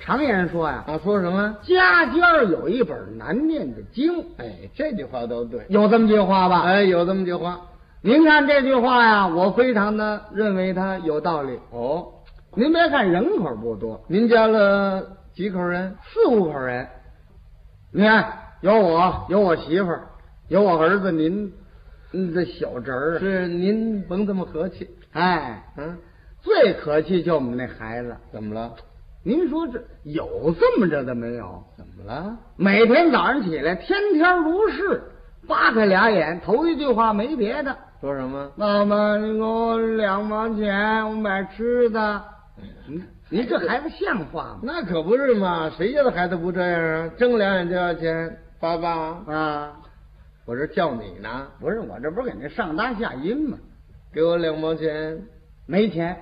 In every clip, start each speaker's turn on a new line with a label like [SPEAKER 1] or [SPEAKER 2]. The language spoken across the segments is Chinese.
[SPEAKER 1] 常言说呀、
[SPEAKER 2] 啊，说什么？
[SPEAKER 1] 家家有一本难念的经，
[SPEAKER 2] 哎，这句话都对。
[SPEAKER 1] 有这么句话吧？
[SPEAKER 2] 哎，有这么句话。
[SPEAKER 1] 您看这句话呀，我非常的认为它有道理。
[SPEAKER 2] 哦，
[SPEAKER 1] 您别看人口不多，
[SPEAKER 2] 您家了几口人？
[SPEAKER 1] 四五口人，你看有我，有我媳妇儿，有我儿子您，嗯，这小侄儿啊，
[SPEAKER 2] 是您甭这么和气。
[SPEAKER 1] 哎，
[SPEAKER 2] 嗯，
[SPEAKER 1] 最可气就我们那孩子。
[SPEAKER 2] 怎么了？
[SPEAKER 1] 您说这有这么着的没有？
[SPEAKER 2] 怎么了？
[SPEAKER 1] 每天早上起来，天天如是，扒开俩眼，头一句话没别的，
[SPEAKER 2] 说什么？
[SPEAKER 1] 妈妈，你给我两毛钱，我买吃的。嗯，您这孩子像话吗？
[SPEAKER 2] 那可不是嘛，谁家的孩子不这样啊？睁两眼就要钱，爸爸，
[SPEAKER 1] 啊，
[SPEAKER 2] 我这叫你呢，
[SPEAKER 1] 不是我这不是给您上搭下音吗？
[SPEAKER 2] 给我两毛钱。
[SPEAKER 1] 没钱，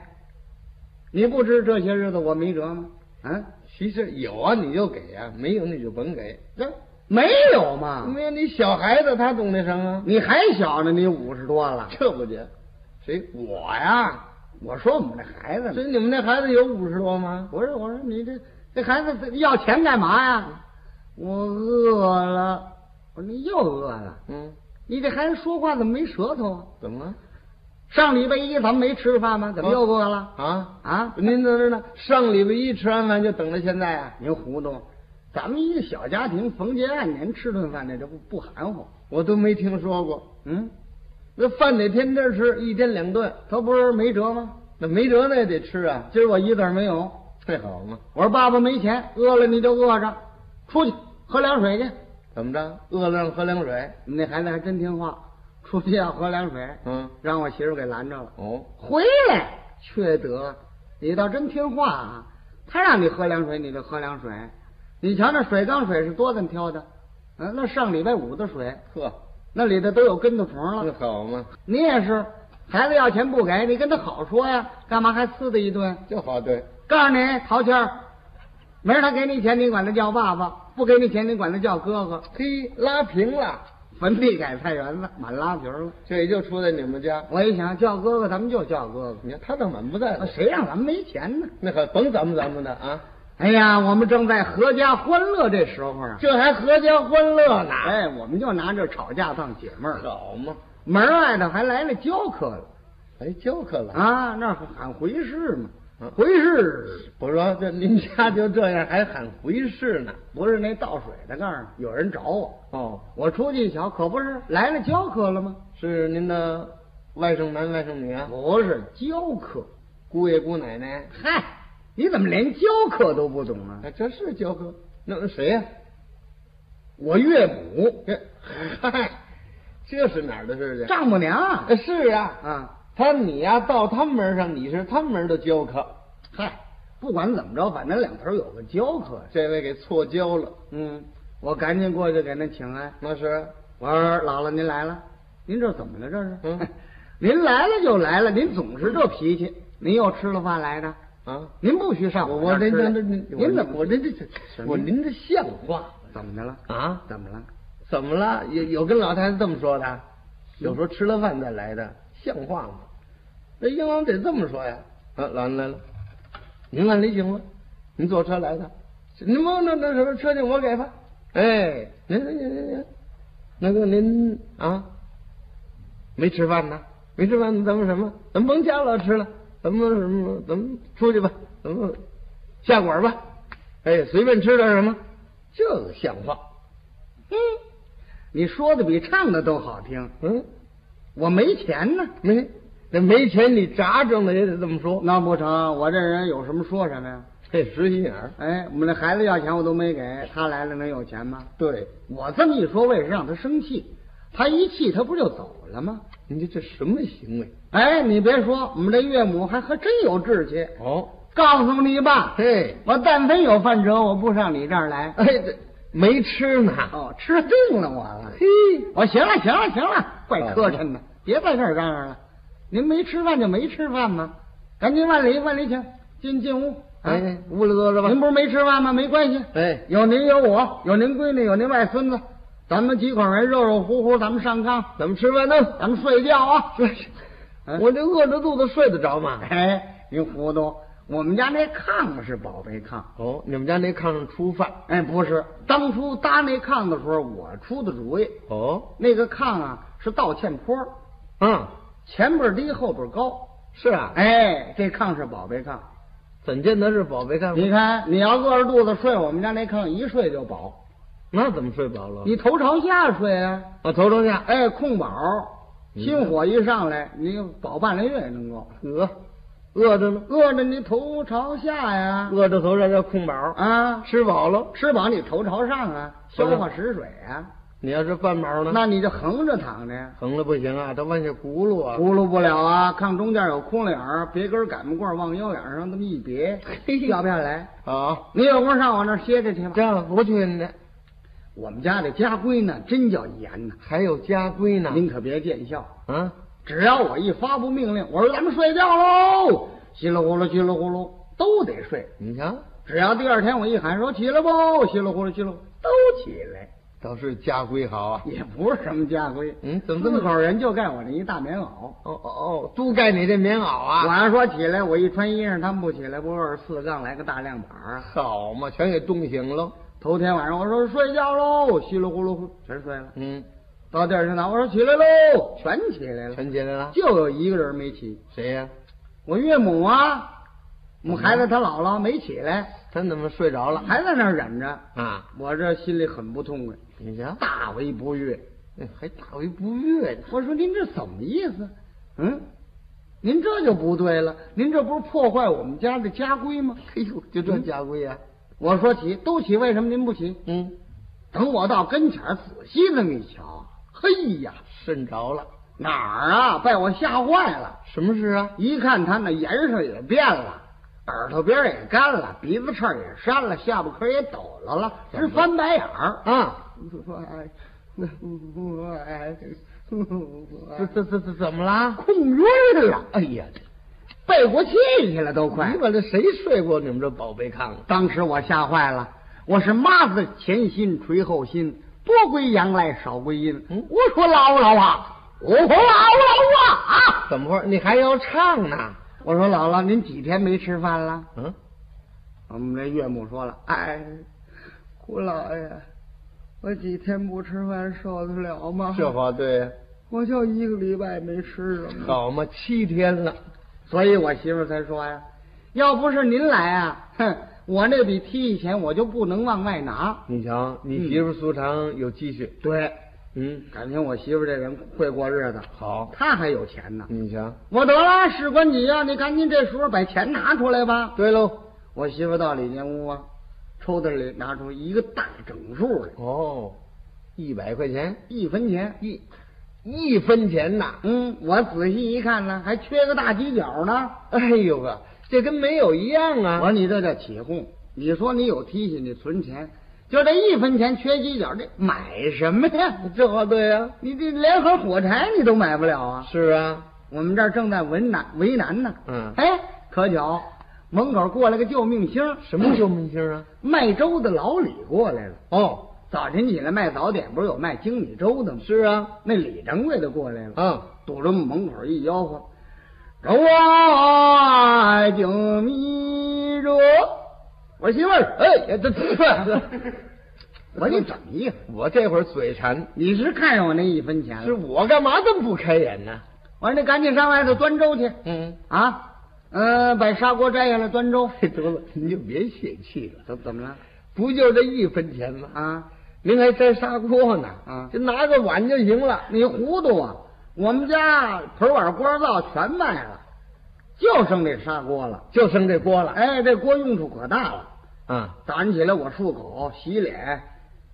[SPEAKER 1] 你不知这些日子我没辙吗？啊，
[SPEAKER 2] 其实有啊，你就给啊；没有你就甭给。这
[SPEAKER 1] 没有嘛，
[SPEAKER 2] 没有你小孩子他懂那什么？
[SPEAKER 1] 你还小呢，你五十多了。
[SPEAKER 2] 这不行，谁
[SPEAKER 1] 我呀，我说我们这孩子呢
[SPEAKER 2] 所以你们那孩子有五十多吗？
[SPEAKER 1] 不是，我说你这这孩子要钱干嘛呀？我饿了。我说你又饿了？
[SPEAKER 2] 嗯，
[SPEAKER 1] 你这孩子说话怎么没舌头啊？
[SPEAKER 2] 怎么了？
[SPEAKER 1] 上礼拜一咱们没吃饭吗？怎么又饿了？
[SPEAKER 2] 啊
[SPEAKER 1] 啊，
[SPEAKER 2] 您在这呢？上礼拜一吃完饭就等着现在啊？
[SPEAKER 1] 您糊涂！咱们一个小家庭逢节按年吃顿饭，这这不不含糊？
[SPEAKER 2] 我都没听说过。
[SPEAKER 1] 嗯，
[SPEAKER 2] 那饭得天天吃，一天两顿，
[SPEAKER 1] 他不是没辙吗？
[SPEAKER 2] 那没辙那也得吃啊。
[SPEAKER 1] 今儿我一字儿没有。
[SPEAKER 2] 这好嘛？
[SPEAKER 1] 我说爸爸没钱，饿了你就饿着，出去喝凉水去。
[SPEAKER 2] 怎么着？饿了让喝凉水？
[SPEAKER 1] 你那孩子还真听话，出去要喝凉水，
[SPEAKER 2] 嗯，
[SPEAKER 1] 让我媳妇给拦着了。
[SPEAKER 2] 哦，
[SPEAKER 1] 回来，缺德！你倒真听话啊！他让你喝凉水，你就喝凉水。你瞧那水缸水是多咱挑的，嗯、那上礼拜五的水，
[SPEAKER 2] 呵，
[SPEAKER 1] 那里头都有跟头虫
[SPEAKER 2] 这
[SPEAKER 1] 了。
[SPEAKER 2] 好嘛？
[SPEAKER 1] 你也是，孩子要钱不给，你跟他好说呀，干嘛还呲他一顿？
[SPEAKER 2] 这好对。
[SPEAKER 1] 告诉你，陶谦儿，明儿他给你钱，你管他叫爸爸；不给你钱，你管他叫哥哥。
[SPEAKER 2] 嘿，拉平了，
[SPEAKER 1] 坟地改菜园子，满拉皮儿了。
[SPEAKER 2] 这也就出在你们家。
[SPEAKER 1] 我一想，叫哥哥，咱们就叫哥哥。
[SPEAKER 2] 你看他倒满不在乎
[SPEAKER 1] 那，谁让咱们没钱呢？
[SPEAKER 2] 那可甭咱们咱们的啊，
[SPEAKER 1] 哎呀，我们正在阖家欢乐这时候啊，
[SPEAKER 2] 这还合家欢乐呢。
[SPEAKER 1] 哎，我们就拿这吵架当解闷儿了。
[SPEAKER 2] 好嘛？
[SPEAKER 1] 门外头还来了教客了
[SPEAKER 2] 哎，教课了。
[SPEAKER 1] 啊，那喊回事嘛
[SPEAKER 2] 嗯，
[SPEAKER 1] 回事
[SPEAKER 2] 我说这您家就这样，还喊回事呢？
[SPEAKER 1] 不是那倒水的那儿，有人找我，
[SPEAKER 2] 哦，
[SPEAKER 1] 我出去一瞧，可不是来了教客了吗？
[SPEAKER 2] 是您的外甥男、外甥女啊，
[SPEAKER 1] 不是教客，
[SPEAKER 2] 姑爷、姑奶奶，
[SPEAKER 1] 嗨，你怎么连教客都不懂啊？
[SPEAKER 2] 哎，这是教课。那谁呀、
[SPEAKER 1] 我岳母，
[SPEAKER 2] 这嗨，这是哪儿的事去？
[SPEAKER 1] 丈母娘啊
[SPEAKER 2] 哎是啊，
[SPEAKER 1] 啊，
[SPEAKER 2] 他你呀、到他们门上，你是他们门的教课，
[SPEAKER 1] 嗨，不管怎么着，反正两头有个教客呀。
[SPEAKER 2] 这位给错教了。
[SPEAKER 1] 嗯，我赶紧过去给那请安。
[SPEAKER 2] 那是
[SPEAKER 1] 我说姥姥您来了，您这怎么了这是？
[SPEAKER 2] 嗯，
[SPEAKER 1] 您来了就来了，您总是这脾气。您又吃了饭来的，
[SPEAKER 2] 啊，
[SPEAKER 1] 您不许上
[SPEAKER 2] 我
[SPEAKER 1] 我
[SPEAKER 2] 我
[SPEAKER 1] 这
[SPEAKER 2] 这
[SPEAKER 1] 这这
[SPEAKER 2] 这这
[SPEAKER 1] 您怎么
[SPEAKER 2] 我这这
[SPEAKER 1] 什
[SPEAKER 2] 这
[SPEAKER 1] 么
[SPEAKER 2] 我您这像话
[SPEAKER 1] 怎么的了？
[SPEAKER 2] 啊？
[SPEAKER 1] 怎么了？
[SPEAKER 2] 怎么了？有有跟老太太这么说的？有时候吃了饭再来的，像话吗？那应当得这么说呀。啊，老人来了，您按理行吗？您坐车来的，您不那那什么车钱我给吧？哎，您您您您，那个您啊，没吃饭呢？没吃饭，咱们什么？咱们甭家老吃了，咱们什么？咱们出去吧，咱们下馆儿吧。哎，随便吃点什么，这个像话。
[SPEAKER 1] 嗯，你说的比唱的都好听。
[SPEAKER 2] 嗯。
[SPEAKER 1] 我没钱呢，
[SPEAKER 2] 没，那没钱你咋整的也得这么说，
[SPEAKER 1] 那不成，我这人有什么说什么呀？
[SPEAKER 2] 这实心眼儿。
[SPEAKER 1] 哎，我们那孩子要钱我都没给，他来了能有钱吗？
[SPEAKER 2] 对，
[SPEAKER 1] 我这么一说，为了让他生气，他一气他不就走了吗？
[SPEAKER 2] 你这这什么行为？
[SPEAKER 1] 哎，你别说，我们这岳母还还真有志气。
[SPEAKER 2] 哦，
[SPEAKER 1] 告诉你吧，
[SPEAKER 2] 嘿，
[SPEAKER 1] 我但凡有饭辙，我不上你这儿来。
[SPEAKER 2] 哎，这没吃呢。
[SPEAKER 1] 哦，吃定了我了。
[SPEAKER 2] 嘿，
[SPEAKER 1] 我行了，行了，行了，怪磕碜
[SPEAKER 2] 哦
[SPEAKER 1] 的，别在这儿嚷嚷了。您没吃饭就没吃饭嘛，赶紧万里万里请，进进屋。啊
[SPEAKER 2] 哎，屋里坐着吧。
[SPEAKER 1] 您不是没吃饭吗？没关系，
[SPEAKER 2] 哎，
[SPEAKER 1] 有您有我，有您闺女，有您外孙子，咱们几口人热热乎乎，咱们上炕，
[SPEAKER 2] 怎么吃饭呢？
[SPEAKER 1] 咱们睡觉啊。
[SPEAKER 2] 睡
[SPEAKER 1] 哎
[SPEAKER 2] 我这饿着肚子睡得着吗？
[SPEAKER 1] 哎，您糊涂！我们家那炕是宝贝炕，
[SPEAKER 2] 哦，你们家那炕上出饭
[SPEAKER 1] 哎，不是，当初搭那炕的时候，我出的主意。
[SPEAKER 2] 哦，
[SPEAKER 1] 那个炕啊是倒嵌坡，
[SPEAKER 2] 嗯，
[SPEAKER 1] 前边低后边高。
[SPEAKER 2] 是啊，
[SPEAKER 1] 哎，这炕是宝贝炕。
[SPEAKER 2] 怎见得是宝贝炕？
[SPEAKER 1] 你看，你要饿着肚子睡，我们家那炕一睡就饱。
[SPEAKER 2] 那怎么睡饱了？
[SPEAKER 1] 你头朝下睡啊，
[SPEAKER 2] 啊，头朝下，
[SPEAKER 1] 哎，空饱，心火一上来，你饱半个月也能够。
[SPEAKER 2] 饿，饿着呢，
[SPEAKER 1] 饿着你头朝下呀，
[SPEAKER 2] 饿着头上叫空饱，
[SPEAKER 1] 啊，
[SPEAKER 2] 吃饱了。
[SPEAKER 1] 吃饱你头朝上啊，消化食水啊，
[SPEAKER 2] 你要是饭饱呢，
[SPEAKER 1] 那你就横着躺着呀。
[SPEAKER 2] 横了不行啊，它往下轱辘啊。
[SPEAKER 1] 轱辘不了啊，炕中间有空脸儿，别根擀面棍儿往腰眼上那么一别，要不要来？
[SPEAKER 2] 好，
[SPEAKER 1] 你有空上我那儿歇着去吧
[SPEAKER 2] 啊这。样不去呢，
[SPEAKER 1] 我们家的家规呢，真叫严呐、
[SPEAKER 2] 还有家规呢。
[SPEAKER 1] 您可别见笑。
[SPEAKER 2] 啊，
[SPEAKER 1] 只要我一发布命令，我说咱们睡觉喽，稀里呼噜，稀里呼噜，都得睡。
[SPEAKER 2] 你瞧，
[SPEAKER 1] 只要第二天我一喊说起来不，稀里呼噜，稀里呼噜都起来，
[SPEAKER 2] 倒是家规好啊。
[SPEAKER 1] 也不是什么家规。
[SPEAKER 2] 嗯怎么这么
[SPEAKER 1] 四口人就盖我这一大棉袄？
[SPEAKER 2] 哦哦哦，都盖你这棉袄
[SPEAKER 1] 我
[SPEAKER 2] 啊，
[SPEAKER 1] 要说起来，我一穿衣裳，他们不起来，不二十四杠来个大亮板儿啊。
[SPEAKER 2] 好嘛，全给冻醒了。
[SPEAKER 1] 头天晚上我说睡觉喽，稀里呼噜全睡了。
[SPEAKER 2] 嗯，
[SPEAKER 1] 到第二天早上我说起来喽，全起来了，
[SPEAKER 2] 全起来了。
[SPEAKER 1] 就有一个人没起，
[SPEAKER 2] 谁呀、
[SPEAKER 1] 我岳母啊，我们孩子他姥姥没起来，
[SPEAKER 2] 他怎么睡着了？
[SPEAKER 1] 还在那儿忍着，
[SPEAKER 2] 啊，
[SPEAKER 1] 我这心里很不痛快，
[SPEAKER 2] 你瞧，
[SPEAKER 1] 大为不悦。
[SPEAKER 2] 哎还大为不悦呢。
[SPEAKER 1] 我说您这怎么意思？嗯，您这就不对了，您这不是破坏我们家的家规吗？嗯
[SPEAKER 2] 哎呦，就这家规啊呀、
[SPEAKER 1] 我说起都起，为什么您不起？
[SPEAKER 2] 嗯，
[SPEAKER 1] 等我到跟前儿仔细这么一瞧，嘿呀！
[SPEAKER 2] 睡着了。
[SPEAKER 1] 哪儿啊？被我吓坏了！
[SPEAKER 2] 什么事啊？
[SPEAKER 1] 一看他那颜色也变了，耳朵边儿也干了，鼻子翅儿也扇了，下巴颏儿也抖了了，
[SPEAKER 2] 怎么
[SPEAKER 1] 直
[SPEAKER 2] 了
[SPEAKER 1] 翻白眼儿。
[SPEAKER 2] 啊，
[SPEAKER 1] 我爱，我爱，我
[SPEAKER 2] 这这这这怎么啦？
[SPEAKER 1] 空晕儿了，
[SPEAKER 2] 哎呀，
[SPEAKER 1] 背过气去了都快
[SPEAKER 2] 你。把这谁睡过你们这宝贝炕啊？
[SPEAKER 1] 当时我吓坏了，我是妈子前心垂后心，多归羊来少归阴。
[SPEAKER 2] 嗯
[SPEAKER 1] 我说姥姥啊，我说姥姥啊啊！
[SPEAKER 2] 怎么回事？你还要唱呢？
[SPEAKER 1] 我说姥姥，您几天没吃饭了？
[SPEAKER 2] 嗯，
[SPEAKER 1] 我们这岳母说了：“哎，姑老爷，我几天不吃饭受得了吗？
[SPEAKER 2] 这话对呀、
[SPEAKER 1] 我就一个礼拜没吃什么，
[SPEAKER 2] 好嘛，七天了，
[SPEAKER 1] 所以我媳妇儿才说呀，要不是您来啊，哼，我那笔提议钱我就不能往外拿。
[SPEAKER 2] 你瞧，你媳妇苏常有积蓄，
[SPEAKER 1] 对，
[SPEAKER 2] 嗯，
[SPEAKER 1] 感情我媳妇儿这人会过日子，
[SPEAKER 2] 好，嗯
[SPEAKER 1] 她还有钱呢。
[SPEAKER 2] 你瞧，
[SPEAKER 1] 我得了，事关己呀、啊你赶紧这时候把钱拿出来吧。
[SPEAKER 2] 对喽，
[SPEAKER 1] 我媳妇儿到里间屋啊，抽屉里拿出一个大整数来，
[SPEAKER 2] 哦，一百块钱，
[SPEAKER 1] 一分钱。”
[SPEAKER 2] 一一分钱呐，
[SPEAKER 1] 嗯，我仔细一看呢，还缺个大犄角呢。
[SPEAKER 2] 哎呦呵，这跟没有一样
[SPEAKER 1] 我
[SPEAKER 2] 啊，
[SPEAKER 1] 说你这叫起哄，你说你有提醒，你存钱，就这一分钱缺犄角，这买什么呀？
[SPEAKER 2] 这话对呀、
[SPEAKER 1] 你这连盒火柴你都买不了啊！
[SPEAKER 2] 是啊，
[SPEAKER 1] 我们这儿正在为难为难呢。
[SPEAKER 2] 嗯
[SPEAKER 1] 哎，可巧门口过来个救命星儿，
[SPEAKER 2] 什么救命星啊？
[SPEAKER 1] 卖粥的老李过来了。
[SPEAKER 2] 哦，
[SPEAKER 1] 早晨起来卖早点，不是有卖精米粥的吗？
[SPEAKER 2] 是啊，
[SPEAKER 1] 那李掌柜的过来了。
[SPEAKER 2] 啊，
[SPEAKER 1] 堵着门口一吆喝：“肉啊，精米粥！”我说媳妇儿，
[SPEAKER 2] 哎，这 这，
[SPEAKER 1] 我说你怎么意思？
[SPEAKER 2] 我这会儿嘴馋，
[SPEAKER 1] 你是看上我那一分钱
[SPEAKER 2] 是
[SPEAKER 1] 了？
[SPEAKER 2] 我干嘛这么不开眼呢？
[SPEAKER 1] 我说你赶紧上外头端粥去
[SPEAKER 2] 嗯，
[SPEAKER 1] 啊！嗯、把砂锅摘下来端粥。
[SPEAKER 2] 嘿 得了，您就别泄气了，
[SPEAKER 1] 怎怎么了？
[SPEAKER 2] 不就这一分钱吗？
[SPEAKER 1] 啊，
[SPEAKER 2] 您还摘砂锅呢？
[SPEAKER 1] 啊
[SPEAKER 2] 就拿个碗就行了。
[SPEAKER 1] 你糊涂啊！我们家盆碗锅灶全卖了，就剩这砂锅了。
[SPEAKER 2] 就剩这锅了。
[SPEAKER 1] 哎，这锅用处可大了。
[SPEAKER 2] 啊，
[SPEAKER 1] 早上起来我漱口、洗脸，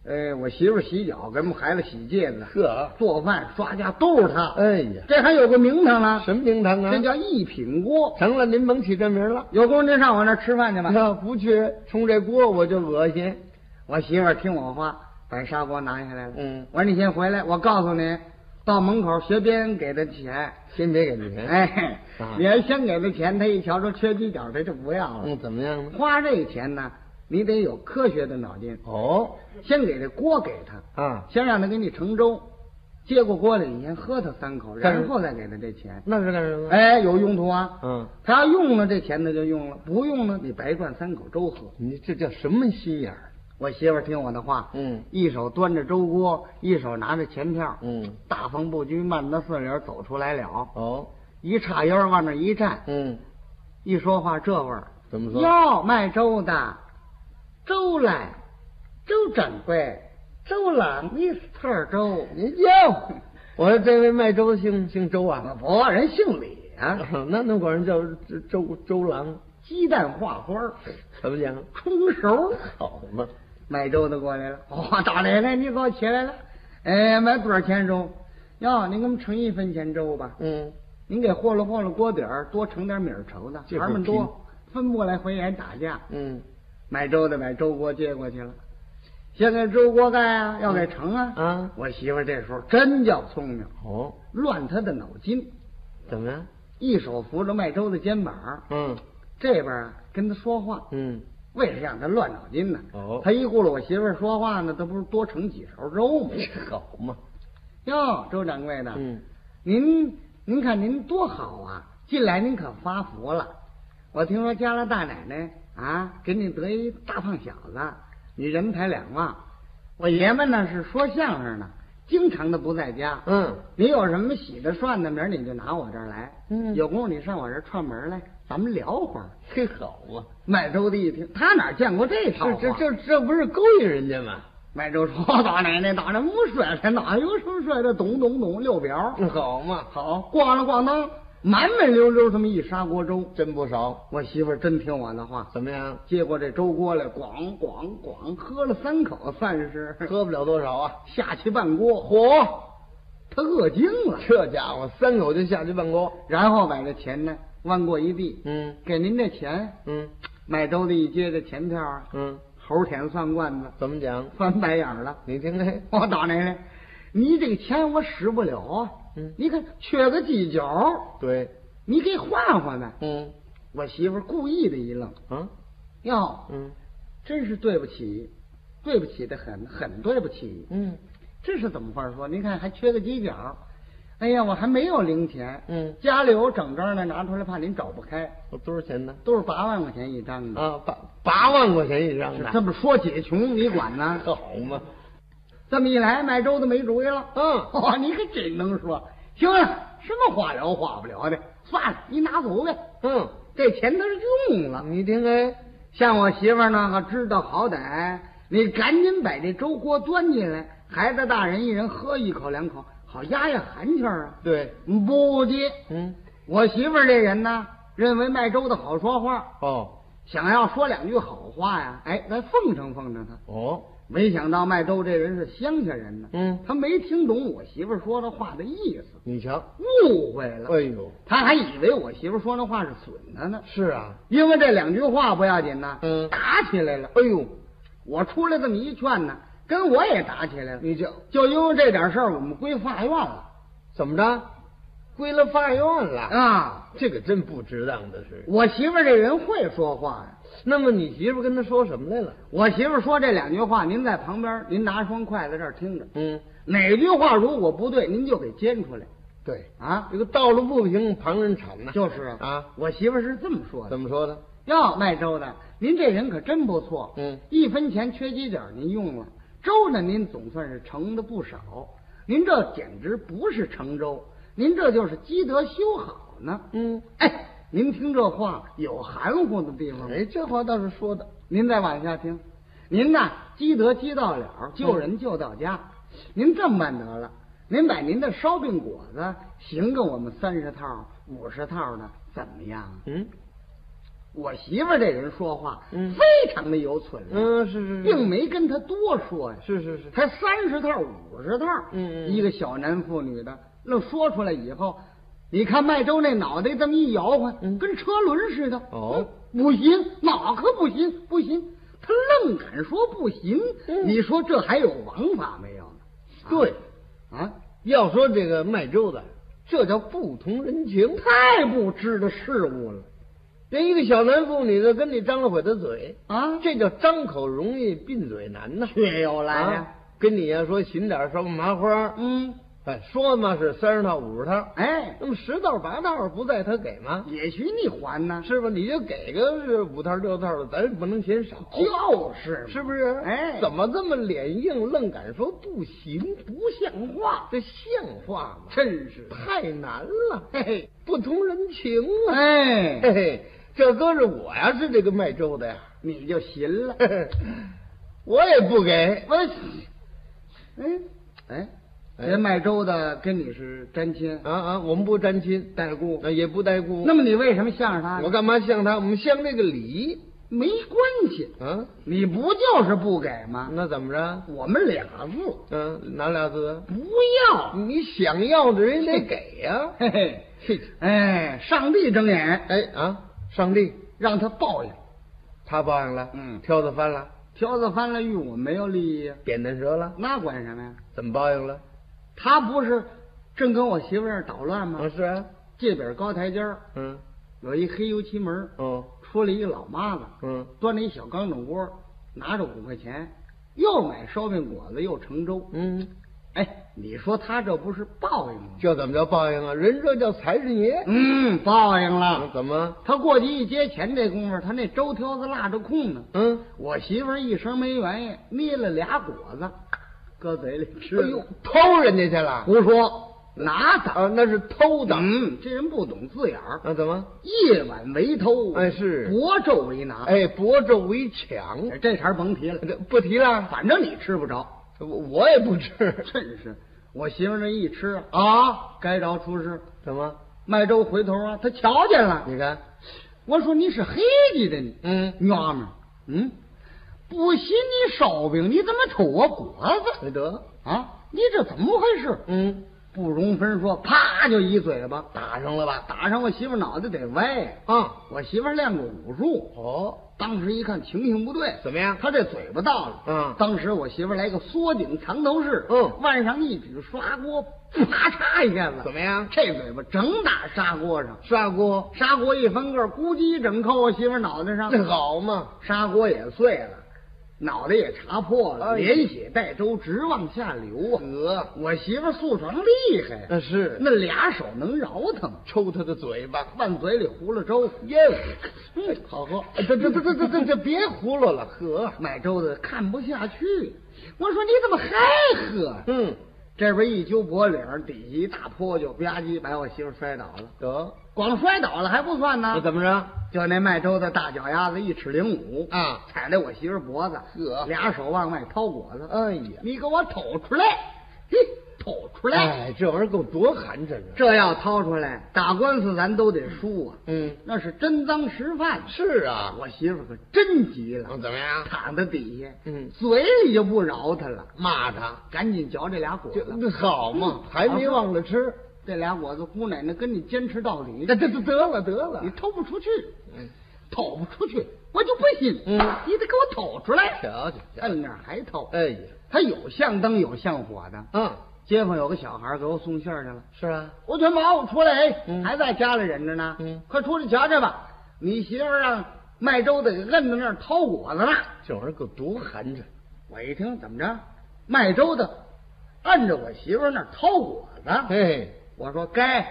[SPEAKER 1] 呃，我媳妇儿洗脚，给我们孩子洗戒指，
[SPEAKER 2] 呵，
[SPEAKER 1] 做饭、刷家都是她。
[SPEAKER 2] 哎呀，
[SPEAKER 1] 这还有个名堂呢，
[SPEAKER 2] 什么名堂啊？
[SPEAKER 1] 这叫一品锅。
[SPEAKER 2] 成了，您甭起这名了。
[SPEAKER 1] 有功夫您上我那儿吃饭 去吧。
[SPEAKER 2] 要不去冲这锅，我就恶心。
[SPEAKER 1] 我媳妇儿听我话，把砂锅拿下来了。
[SPEAKER 2] 嗯
[SPEAKER 1] 我说你先回来，我告诉你，到门口学别人给的钱。
[SPEAKER 2] 先别给您钱。，
[SPEAKER 1] 哎
[SPEAKER 2] 啊，
[SPEAKER 1] 你要先给他钱，他一瞧说缺犄角，他就不要了。
[SPEAKER 2] 嗯，怎么样呢？
[SPEAKER 1] 花这钱呢，你得有科学的脑筋，
[SPEAKER 2] 哦，
[SPEAKER 1] 先给这锅给他。
[SPEAKER 2] 啊，
[SPEAKER 1] 先让他给你盛粥，接过锅里先喝他三口，
[SPEAKER 2] 干什么
[SPEAKER 1] 然后再给他这钱。
[SPEAKER 2] 那是干什么？，
[SPEAKER 1] 哎，有用途啊！
[SPEAKER 2] 嗯，
[SPEAKER 1] 他要用了这钱，他就用了；不用呢，你白灌三口粥喝。
[SPEAKER 2] 你这叫什么心眼儿？
[SPEAKER 1] 我媳妇儿听我的话，
[SPEAKER 2] 嗯
[SPEAKER 1] 一手端着粥锅，一手拿着钱票，
[SPEAKER 2] 嗯，
[SPEAKER 1] 大风不居，慢的四理儿走出来了，
[SPEAKER 2] 哦，
[SPEAKER 1] 一叉腰往那一站，
[SPEAKER 2] 嗯，
[SPEAKER 1] 一说话这味儿，
[SPEAKER 2] 怎么说
[SPEAKER 1] 哟，卖粥的，周来，周掌柜，周郎一刺儿粥，
[SPEAKER 2] 您叫，我说这位卖粥姓姓周啊，
[SPEAKER 1] 不，人姓李 啊，
[SPEAKER 2] 那那管人叫周周周郎，
[SPEAKER 1] 鸡蛋画花儿，
[SPEAKER 2] 怎么讲？
[SPEAKER 1] 冲 熟。
[SPEAKER 2] 好嘛，
[SPEAKER 1] 卖粥的过来了，哦，大奶奶，你给我起来了，哎，买多少钱粥？哟，您给我们盛一分钱粥吧，
[SPEAKER 2] 嗯，
[SPEAKER 1] 您给和了和了锅底儿，多盛点米儿稠的，
[SPEAKER 2] 这
[SPEAKER 1] 孩儿们多，分不来回眼打架。
[SPEAKER 2] 嗯，
[SPEAKER 1] 买粥的买粥锅接过去了，先给粥锅盖啊，要给盛啊。
[SPEAKER 2] 嗯啊
[SPEAKER 1] 我媳妇儿这时候真叫聪明，
[SPEAKER 2] 哦，
[SPEAKER 1] 乱她的脑筋，
[SPEAKER 2] 怎么样？
[SPEAKER 1] 一手扶着卖粥的肩膀，
[SPEAKER 2] 嗯
[SPEAKER 1] 这边啊跟他说话。
[SPEAKER 2] 嗯，
[SPEAKER 1] 为啥让他乱脑筋呢？
[SPEAKER 2] 哦
[SPEAKER 1] 他一顾了我媳妇儿说话呢，他不是多盛几勺粥吗？
[SPEAKER 2] 好嘛，
[SPEAKER 1] 哟，周掌柜的，
[SPEAKER 2] 嗯，
[SPEAKER 1] 您您看您多好啊！近来您可发福了，我听说家了大奶奶啊，给你得一大胖小子，你人财两旺。我爷们呢是说相声呢，经常的不在家。
[SPEAKER 2] 嗯，
[SPEAKER 1] 你有什么喜的涮的名儿，你就拿我这儿来。
[SPEAKER 2] 嗯
[SPEAKER 1] 有功夫你上我这儿串门儿来，咱们聊会儿。
[SPEAKER 2] 嘿，好嘛，
[SPEAKER 1] 麦粥的一听，他哪见过这套
[SPEAKER 2] 这这
[SPEAKER 1] 话
[SPEAKER 2] 这这不是勾引人家吗？
[SPEAKER 1] 麦粥说：“大奶奶，大奶奶不帅了，哪有说帅的？懂懂懂，六表。
[SPEAKER 2] 啊 好嘛，
[SPEAKER 1] 好，咣啷咣当，满满溜溜这么一砂锅粥。
[SPEAKER 2] 真不少，
[SPEAKER 1] 我媳妇儿真听我的话，
[SPEAKER 2] 怎么样？
[SPEAKER 1] 接过这粥锅来，咣咣咣喝了三口，算是
[SPEAKER 2] 喝不了多少啊？
[SPEAKER 1] 下去半锅，
[SPEAKER 2] 嚯，
[SPEAKER 1] 他饿精了，
[SPEAKER 2] 这家伙三口就下去半锅，
[SPEAKER 1] 然后把这钱呢弯过一地，
[SPEAKER 2] 嗯
[SPEAKER 1] 给您这钱，
[SPEAKER 2] 嗯
[SPEAKER 1] 买粥的一接这钱票啊，
[SPEAKER 2] 嗯，
[SPEAKER 1] 猴舔蒜罐子，
[SPEAKER 2] 怎么讲？
[SPEAKER 1] 翻白眼儿了。
[SPEAKER 2] 你听这，
[SPEAKER 1] 我打奶奶，你这个钱我使不了啊，
[SPEAKER 2] 嗯
[SPEAKER 1] 你看缺个犄角。”
[SPEAKER 2] 对，
[SPEAKER 1] 你给换换呗。
[SPEAKER 2] 嗯
[SPEAKER 1] 我媳妇儿故意的一愣，
[SPEAKER 2] 啊
[SPEAKER 1] 哟，
[SPEAKER 2] 嗯
[SPEAKER 1] 真是对不起，对不起的很，很对不起。
[SPEAKER 2] 嗯
[SPEAKER 1] 这是怎么话说？您看还缺个犄角，哎呀，我还没有零钱，
[SPEAKER 2] 嗯，
[SPEAKER 1] 家里有整张的，拿出来怕您找不开，
[SPEAKER 2] 我多少钱呢？
[SPEAKER 1] 都是八万块钱一张的。
[SPEAKER 2] 啊，八八万块钱一张
[SPEAKER 1] 是
[SPEAKER 2] 呢，
[SPEAKER 1] 这么说解穷，你管呢？
[SPEAKER 2] 好嘛？
[SPEAKER 1] 这么一来，卖粥的没主意了。
[SPEAKER 2] 嗯
[SPEAKER 1] 哦，你可真能说。行了，什么话聊话不聊的，算了，你拿走呗。
[SPEAKER 2] 嗯，
[SPEAKER 1] 这钱他是用了，
[SPEAKER 2] 你听哎，
[SPEAKER 1] 像我媳妇儿呢，可知道好歹，你赶紧把这粥锅端进来，孩子大人一人喝一口两口，好压压寒气儿啊。
[SPEAKER 2] 对，
[SPEAKER 1] 不接，
[SPEAKER 2] 嗯
[SPEAKER 1] 我媳妇儿这人呢，认为卖粥的好说话，
[SPEAKER 2] 哦
[SPEAKER 1] 想要说两句好话呀，哎，咱奉承奉承他。
[SPEAKER 2] 哦，
[SPEAKER 1] 没想到卖粥这人是乡下人呢，
[SPEAKER 2] 嗯
[SPEAKER 1] 他没听懂我媳妇儿说的话的意思，
[SPEAKER 2] 你瞧，
[SPEAKER 1] 误会了。
[SPEAKER 2] 哎呦，
[SPEAKER 1] 他还以为我媳妇儿说那话是损他呢，
[SPEAKER 2] 是啊，
[SPEAKER 1] 因为这两句话不要紧呐，
[SPEAKER 2] 嗯
[SPEAKER 1] 打起来了。
[SPEAKER 2] 哎呦，
[SPEAKER 1] 我出来这么一劝呢，跟我也打起来了。
[SPEAKER 2] 你这
[SPEAKER 1] 就因为这点事儿，我们归法院了
[SPEAKER 2] 怎么着？归了法院了？
[SPEAKER 1] 啊！
[SPEAKER 2] 这个真不值当的事。
[SPEAKER 1] 我媳妇儿这人会说话呀。
[SPEAKER 2] 那么你媳妇跟他说什么来了？
[SPEAKER 1] 我媳妇儿说这两句话，您在旁边，您拿双筷子这儿听着，
[SPEAKER 2] 嗯，
[SPEAKER 1] 哪句话如果不对，您就给煎出来
[SPEAKER 2] 对，
[SPEAKER 1] 啊！
[SPEAKER 2] 这个道路不平，旁人铲呐。
[SPEAKER 1] 就是
[SPEAKER 2] 啊，
[SPEAKER 1] 我媳妇儿是这么说的
[SPEAKER 2] 怎。么说的？
[SPEAKER 1] 哟，卖粥的，您这人可真不错，
[SPEAKER 2] 嗯
[SPEAKER 1] 一分钱缺犄角您用了，粥呢您总算是盛的不少，您这简直不是盛粥，您这就是积德修好呢。
[SPEAKER 2] 嗯，
[SPEAKER 1] 哎，您听这话有含糊的地方吗？
[SPEAKER 2] 哎，这话倒是说的。
[SPEAKER 1] 您再往下听，您呐积德积到了，救人救到家，您这么办得了，您把您的烧饼果子行个我们三十套、五十套的，怎么样啊？
[SPEAKER 2] 嗯
[SPEAKER 1] 我媳妇儿这人说话，
[SPEAKER 2] 嗯
[SPEAKER 1] 非常的有寸量，
[SPEAKER 2] 嗯，是是是，
[SPEAKER 1] 并没跟他多说呀，
[SPEAKER 2] 是是是，
[SPEAKER 1] 才三十套五十套，
[SPEAKER 2] 嗯嗯
[SPEAKER 1] 一个小男妇女的，愣说出来以后，你看麦粥那脑袋这么一摇晃，
[SPEAKER 2] 嗯
[SPEAKER 1] 跟车轮似的，
[SPEAKER 2] 哦
[SPEAKER 1] 嗯，不行，哪可不行，不行，他愣敢说不行，
[SPEAKER 2] 嗯
[SPEAKER 1] 你说这还有王法没有呢？
[SPEAKER 2] 对。
[SPEAKER 1] 啊，
[SPEAKER 2] 要说这个卖粥的，这叫不同人情。
[SPEAKER 1] 太不知道事物了
[SPEAKER 2] 人一个小男妇女的跟你张了会的嘴，
[SPEAKER 1] 啊！
[SPEAKER 2] 这叫张口容易闭嘴难呐。
[SPEAKER 1] 确有来呀
[SPEAKER 2] 啊跟你呀、说寻点什么麻花，
[SPEAKER 1] 嗯，
[SPEAKER 2] 哎，说嘛是三十套五十套，
[SPEAKER 1] 哎，
[SPEAKER 2] 那么十套八套不在他给吗？
[SPEAKER 1] 也许你还呢，
[SPEAKER 2] 是吧？你就给个是五套六套的，咱也不能嫌少，
[SPEAKER 1] 就是嘛
[SPEAKER 2] 是不是？
[SPEAKER 1] 哎，
[SPEAKER 2] 怎么这么脸硬，愣敢说不行，不像话？这像话吗？
[SPEAKER 1] 真是
[SPEAKER 2] 太难了，
[SPEAKER 1] 嘿嘿，
[SPEAKER 2] 不通人情啊！
[SPEAKER 1] 哎
[SPEAKER 2] 嘿嘿，这搁着我呀，是这个卖粥的呀，
[SPEAKER 1] 你就行了。
[SPEAKER 2] 我也不给。
[SPEAKER 1] 我，哎哎，这卖粥的跟你是沾亲
[SPEAKER 2] 啊啊，我们不沾亲，
[SPEAKER 1] 带故，
[SPEAKER 2] 呃也不带故。
[SPEAKER 1] 那么你为什么向着他呢？
[SPEAKER 2] 我干嘛像他？我们像这个礼
[SPEAKER 1] 没关系，
[SPEAKER 2] 啊？
[SPEAKER 1] 你不就是不给吗？
[SPEAKER 2] 那怎么着？
[SPEAKER 1] 我们俩字
[SPEAKER 2] 嗯、哪俩字？
[SPEAKER 1] 不要，
[SPEAKER 2] 你想要的人得给呀、
[SPEAKER 1] 嘿嘿，
[SPEAKER 2] 嘿，
[SPEAKER 1] 哎，上帝睁眼
[SPEAKER 2] 哎啊，上帝
[SPEAKER 1] 让他报应，
[SPEAKER 2] 他报应了，
[SPEAKER 1] 嗯
[SPEAKER 2] 挑子翻了，
[SPEAKER 1] 条子翻了，与我没有利益，啊
[SPEAKER 2] 扁担折了，
[SPEAKER 1] 那管什么呀？
[SPEAKER 2] 怎么报应了？
[SPEAKER 1] 他不是正跟我媳妇儿捣乱
[SPEAKER 2] 啊
[SPEAKER 1] 吗？
[SPEAKER 2] 是啊，
[SPEAKER 1] 这边高台阶儿
[SPEAKER 2] 嗯
[SPEAKER 1] 有一黑油漆门儿，
[SPEAKER 2] 哦
[SPEAKER 1] 出来一个老妈子，
[SPEAKER 2] 嗯，
[SPEAKER 1] 端着一小钢种锅，拿着五块钱，又买烧饼果子，又盛粥。
[SPEAKER 2] 嗯，
[SPEAKER 1] 哎，你说他这不是报应吗？
[SPEAKER 2] 这怎么叫报应啊？人这叫财神爷。
[SPEAKER 1] 嗯，报应
[SPEAKER 2] 啊
[SPEAKER 1] 了。
[SPEAKER 2] 怎么？
[SPEAKER 1] 他过去一接钱这功夫，他那粥挑子落着空呢。
[SPEAKER 2] 嗯，
[SPEAKER 1] 我媳妇儿一声没原因，捏了俩果子，搁嘴里吃。
[SPEAKER 2] 哎呦，偷人家去了
[SPEAKER 1] 胡说，拿走。
[SPEAKER 2] 啊？那是偷的。
[SPEAKER 1] 嗯，这人不懂字眼儿，
[SPEAKER 2] 啊？怎么？
[SPEAKER 1] 夜晚为偷，
[SPEAKER 2] 哎是
[SPEAKER 1] 薄昼为拿。
[SPEAKER 2] 哎，搏着为强，
[SPEAKER 1] 哎这茬儿甭提了，
[SPEAKER 2] 嗯这不提了，
[SPEAKER 1] 反正你吃不着。
[SPEAKER 2] 我我也不吃
[SPEAKER 1] 真 是，我媳妇儿这一吃啊，
[SPEAKER 2] 啊？
[SPEAKER 1] 该着出事。
[SPEAKER 2] 怎么？
[SPEAKER 1] 卖粥回头啊，他瞧见了。
[SPEAKER 2] 你看，
[SPEAKER 1] 我说你是黑的的你，
[SPEAKER 2] 嗯
[SPEAKER 1] 娘们儿，嗯，不信你烧饼，你怎么瞅我果子
[SPEAKER 2] 没得，
[SPEAKER 1] 啊？你这怎么回事？
[SPEAKER 2] 嗯，
[SPEAKER 1] 不容分说，啪就一嘴巴
[SPEAKER 2] 打上了吧？
[SPEAKER 1] 打上我媳妇儿脑袋得歪。
[SPEAKER 2] 啊，
[SPEAKER 1] 我媳妇儿练过武术，
[SPEAKER 2] 哦，
[SPEAKER 1] 当时一看情形不对，
[SPEAKER 2] 怎么样？
[SPEAKER 1] 他这嘴巴到了，
[SPEAKER 2] 嗯
[SPEAKER 1] 当时我媳妇儿来个缩顶藏头式，
[SPEAKER 2] 嗯
[SPEAKER 1] 腕上一举刷锅，啪嚓一下子，
[SPEAKER 2] 怎么样
[SPEAKER 1] 这嘴巴整打砂锅上，
[SPEAKER 2] 砂锅，
[SPEAKER 1] 砂锅一翻个，咕叽一整扣我媳妇儿脑袋上，
[SPEAKER 2] 这好嘛？
[SPEAKER 1] 砂锅也碎了，脑袋也查破了，
[SPEAKER 2] 哎嗯
[SPEAKER 1] 连血带粥直往下流啊！
[SPEAKER 2] 得，
[SPEAKER 1] 我媳妇儿速成厉害呀，啊
[SPEAKER 2] 那是
[SPEAKER 1] 那俩手能饶他吗？
[SPEAKER 2] 抽他的嘴巴。
[SPEAKER 1] 往嘴里糊了粥，
[SPEAKER 2] 耶，
[SPEAKER 1] 嗯，好喝。
[SPEAKER 2] 这这这这这这这别胡乱了，喝。
[SPEAKER 1] 买粥的看不下去，我说你怎么还喝？
[SPEAKER 2] 嗯，
[SPEAKER 1] 这边一揪脖领儿，底下一大泼就吧唧把我媳妇摔倒了。
[SPEAKER 2] 得，
[SPEAKER 1] 光摔倒了还不算
[SPEAKER 2] 那
[SPEAKER 1] 呢，
[SPEAKER 2] 怎么着？
[SPEAKER 1] 就那卖粥的大脚丫子一尺零五
[SPEAKER 2] 啊
[SPEAKER 1] 踩在我媳妇脖子，
[SPEAKER 2] 呵
[SPEAKER 1] 俩手往外掏果子，
[SPEAKER 2] 哎呀，
[SPEAKER 1] 你给我吐出来，嘿，吐出来！
[SPEAKER 2] 哎，这玩意儿够多寒碜啊的。
[SPEAKER 1] 这要掏出来，打官司咱都得输啊，
[SPEAKER 2] 嗯，
[SPEAKER 1] 那是真赃实犯。
[SPEAKER 2] 是啊。
[SPEAKER 1] 我媳妇可真急了，
[SPEAKER 2] 嗯怎么样？
[SPEAKER 1] 躺在底下，
[SPEAKER 2] 嗯
[SPEAKER 1] 嘴里就不饶他了，
[SPEAKER 2] 骂他，
[SPEAKER 1] 赶紧嚼这俩果
[SPEAKER 2] 这
[SPEAKER 1] 子，嗯
[SPEAKER 2] 那好嘛，还没忘了吃。
[SPEAKER 1] 这俩果子姑奶奶跟你坚持到底，
[SPEAKER 2] 这这这得了得了
[SPEAKER 1] 你，偷不出去，
[SPEAKER 2] 嗯
[SPEAKER 1] 偷不出去，我就不信，
[SPEAKER 2] 嗯
[SPEAKER 1] 你得给我偷出来。
[SPEAKER 2] 瞧瞧，
[SPEAKER 1] 摁那儿还偷，
[SPEAKER 2] 哎呀，
[SPEAKER 1] 他有向灯有向火的。
[SPEAKER 2] 啊，
[SPEAKER 1] 街坊有个小孩给我送信儿去了，
[SPEAKER 2] 是啊，
[SPEAKER 1] 我全毛我出来，哎、
[SPEAKER 2] 嗯
[SPEAKER 1] 还在家里忍着呢。
[SPEAKER 2] 嗯
[SPEAKER 1] 快出去瞧瞧吧，你媳妇儿让卖粥的给摁在那儿掏果子了。
[SPEAKER 2] 这玩意儿够多寒碜。
[SPEAKER 1] 我一听怎么着，卖粥的按着我媳妇儿那儿掏果
[SPEAKER 2] 啊
[SPEAKER 1] 子，
[SPEAKER 2] 嘿，
[SPEAKER 1] 我说该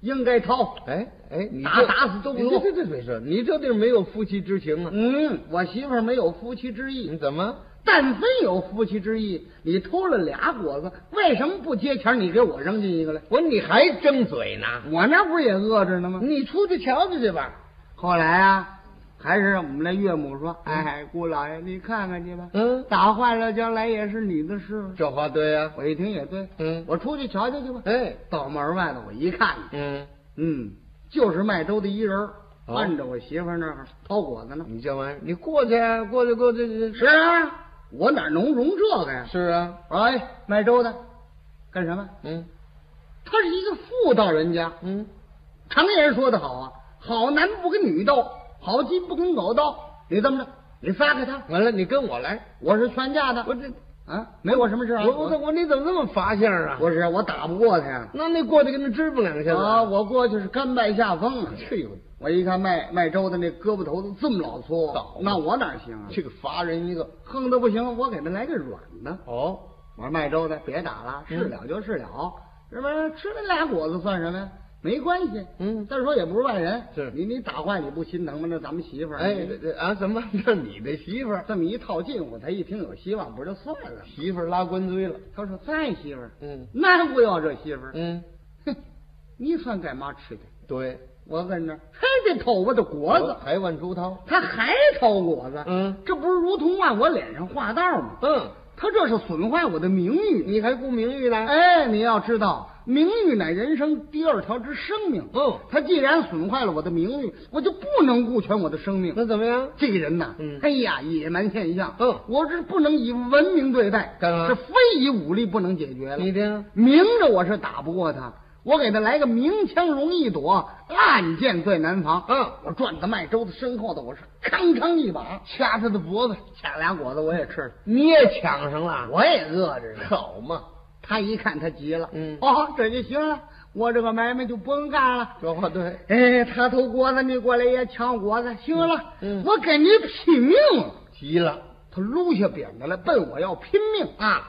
[SPEAKER 1] 应该掏。
[SPEAKER 2] 哎哎，你
[SPEAKER 1] 打
[SPEAKER 2] 这
[SPEAKER 1] 打死都不用
[SPEAKER 2] 这这这没事，你这地儿没有夫妻之情啊。
[SPEAKER 1] 嗯，我媳妇儿没有夫妻之
[SPEAKER 2] 你
[SPEAKER 1] 意，
[SPEAKER 2] 怎么？
[SPEAKER 1] 但非有夫妻之意，你偷了俩果子，为什么不接钱儿？你给我扔进一个来，
[SPEAKER 2] 我你还争嘴呢？
[SPEAKER 1] 我那不是也饿着呢吗？
[SPEAKER 2] 你出去瞧瞧去吧。
[SPEAKER 1] 后来啊，还是我们那岳母说：“哎，姑老爷，你看看去吧，
[SPEAKER 2] 嗯
[SPEAKER 1] 打坏了将来也是你的事。
[SPEAKER 2] 这话对啊呀”、
[SPEAKER 1] 我一听也对，
[SPEAKER 2] 嗯
[SPEAKER 1] 我出去瞧瞧去吧。
[SPEAKER 2] 哎，
[SPEAKER 1] 到门外头我一看，
[SPEAKER 2] 嗯，
[SPEAKER 1] 嗯，就是卖粥的一人儿，
[SPEAKER 2] 哦
[SPEAKER 1] 按着我媳妇儿那儿掏果子呢。
[SPEAKER 2] 你这玩意儿，你过去啊，过去，过去，
[SPEAKER 1] 是啊，我哪能容这个呀？
[SPEAKER 2] 是啊，
[SPEAKER 1] 哎，卖粥的干什么？
[SPEAKER 2] 嗯
[SPEAKER 1] 他是一个妇道人家。
[SPEAKER 2] 嗯，
[SPEAKER 1] 常言说得好啊，好男不跟女斗，好鸡不跟狗斗。你这么着，你撒开他，
[SPEAKER 2] 完了，你跟我来，
[SPEAKER 1] 我是劝架的。
[SPEAKER 2] 我这，
[SPEAKER 1] 啊，没我什么事啊。
[SPEAKER 2] 我我
[SPEAKER 1] 我
[SPEAKER 2] 我你怎么这么乏性啊？
[SPEAKER 1] 不是我打不过他呀。
[SPEAKER 2] 那你过去跟他支棱两下子
[SPEAKER 1] 啊，我过去是甘拜下风啊。
[SPEAKER 2] 这有
[SPEAKER 1] 我一看卖卖粥的那胳膊头子这么老粗
[SPEAKER 2] 早，
[SPEAKER 1] 那我哪行啊？
[SPEAKER 2] 这个乏人一个。
[SPEAKER 1] 横的不行，我给他来个软的。
[SPEAKER 2] 哦，
[SPEAKER 1] 我说卖粥的别打了，
[SPEAKER 2] 嗯
[SPEAKER 1] 是了就是了，是不是？吃那俩果子算什么呀？没关系，
[SPEAKER 2] 嗯
[SPEAKER 1] 再说也不是外人，
[SPEAKER 2] 是
[SPEAKER 1] 你你打坏你不心疼吗？那咱们媳妇儿，
[SPEAKER 2] 哎，
[SPEAKER 1] 你
[SPEAKER 2] 这这啊，怎么？ 那你的媳妇儿，
[SPEAKER 1] 这么一套近乎，他一听有希望，不就算了？吗？
[SPEAKER 2] 媳妇儿拉官堆了。
[SPEAKER 1] 他说：“在媳妇儿，
[SPEAKER 2] 嗯
[SPEAKER 1] 难不要这媳妇儿。
[SPEAKER 2] 嗯，
[SPEAKER 1] 哼，你算干嘛吃的？
[SPEAKER 2] 对，
[SPEAKER 1] 我跟那儿嘿，这头发的果子，
[SPEAKER 2] 还万出涛。
[SPEAKER 1] 他还掏果子，
[SPEAKER 2] 哦嗯
[SPEAKER 1] 这不是如同往我脸上画道吗？
[SPEAKER 2] 嗯，
[SPEAKER 1] 他这是损坏我的名誉。
[SPEAKER 2] 你还顾名誉呢？
[SPEAKER 1] 哎，你要知道，名誉乃人生第二条之生命。
[SPEAKER 2] 嗯
[SPEAKER 1] 他既然损坏了我的名誉，我就不能顾全我的生命。
[SPEAKER 2] 那怎么样？
[SPEAKER 1] 这个人呐，
[SPEAKER 2] 嗯
[SPEAKER 1] 哎呀，野蛮现象。
[SPEAKER 2] 嗯
[SPEAKER 1] 我这不能以文明对待，
[SPEAKER 2] 干嘛
[SPEAKER 1] 这非以武力不能解决了。
[SPEAKER 2] 你听，
[SPEAKER 1] 明着我是打不过他，我给他来个明枪容易躲，暗箭最难防。
[SPEAKER 2] 嗯
[SPEAKER 1] 我转到麦粥子身后头，我是康康一把，
[SPEAKER 2] 掐他的脖子，
[SPEAKER 1] 掐俩果子我也吃了，
[SPEAKER 2] 你也抢上了，
[SPEAKER 1] 我也饿着呢。
[SPEAKER 2] 好嘛？
[SPEAKER 1] 他一看，他急了，
[SPEAKER 2] 嗯
[SPEAKER 1] 哦，这就行了，我这个买卖就不用干了。
[SPEAKER 2] 说话对，
[SPEAKER 1] 哎，他偷果子，你过来也抢果子，行了，
[SPEAKER 2] 嗯嗯
[SPEAKER 1] 我跟你拼命了。
[SPEAKER 2] 急了。
[SPEAKER 1] 他撸下扁担来，奔我要拼命啊！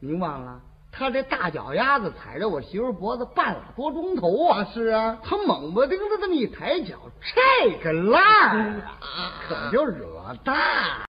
[SPEAKER 1] 您忘了，他这大脚丫子踩着我媳妇脖子半拉多钟头啊！是啊，他猛不丁哎的这么一抬脚，这个烂儿啊，可就惹大了。